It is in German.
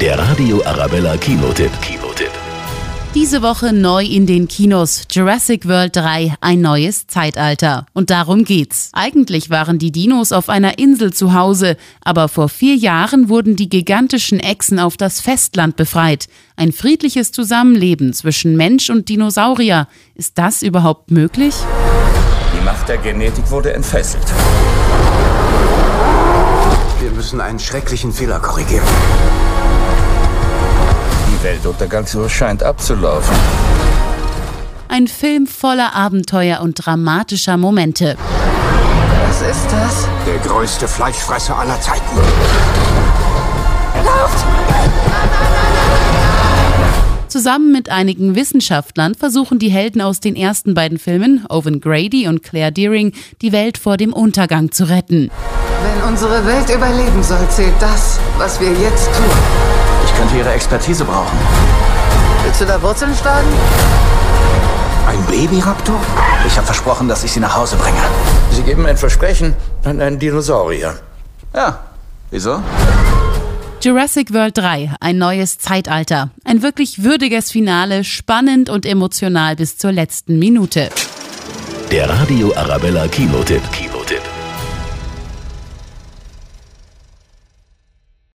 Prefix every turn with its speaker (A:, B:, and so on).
A: Der Radio Arabella Kinotipp. Kinotipp.
B: Diese Woche neu in den Kinos Jurassic World 3, ein neues Zeitalter. Und darum geht's. Eigentlich waren die Dinos auf einer Insel zu Hause, aber vor vier Jahren wurden die gigantischen Echsen auf das Festland befreit. Ein friedliches Zusammenleben zwischen Mensch und Dinosaurier. Ist das überhaupt möglich?
C: Die Macht der Genetik wurde entfesselt.
D: Wir müssen einen schrecklichen Fehler korrigieren.
C: Die Weltuntergangsuhr scheint abzulaufen.
B: Ein Film voller Abenteuer und dramatischer Momente.
E: Was ist das?
D: Der größte Fleischfresser aller Zeiten.
E: Lauft!
B: Zusammen mit einigen Wissenschaftlern versuchen die Helden aus den ersten beiden Filmen, Owen Grady und Claire Deering, die Welt vor dem Untergang zu retten.
E: Wenn unsere Welt überleben soll, zählt das, was wir jetzt tun.
D: Ich könnte Ihre Expertise brauchen.
E: Willst du da Wurzeln schlagen?
D: Ein Babyraptor? Ich habe versprochen, dass ich Sie nach Hause bringe.
C: Sie geben ein Versprechen an einen Dinosaurier.
D: Ja. Wieso?
B: Jurassic World 3, ein neues Zeitalter. Ein wirklich würdiges Finale, spannend und emotional bis zur letzten Minute.
A: Der Radio Arabella Kinotipp. Kinotipp.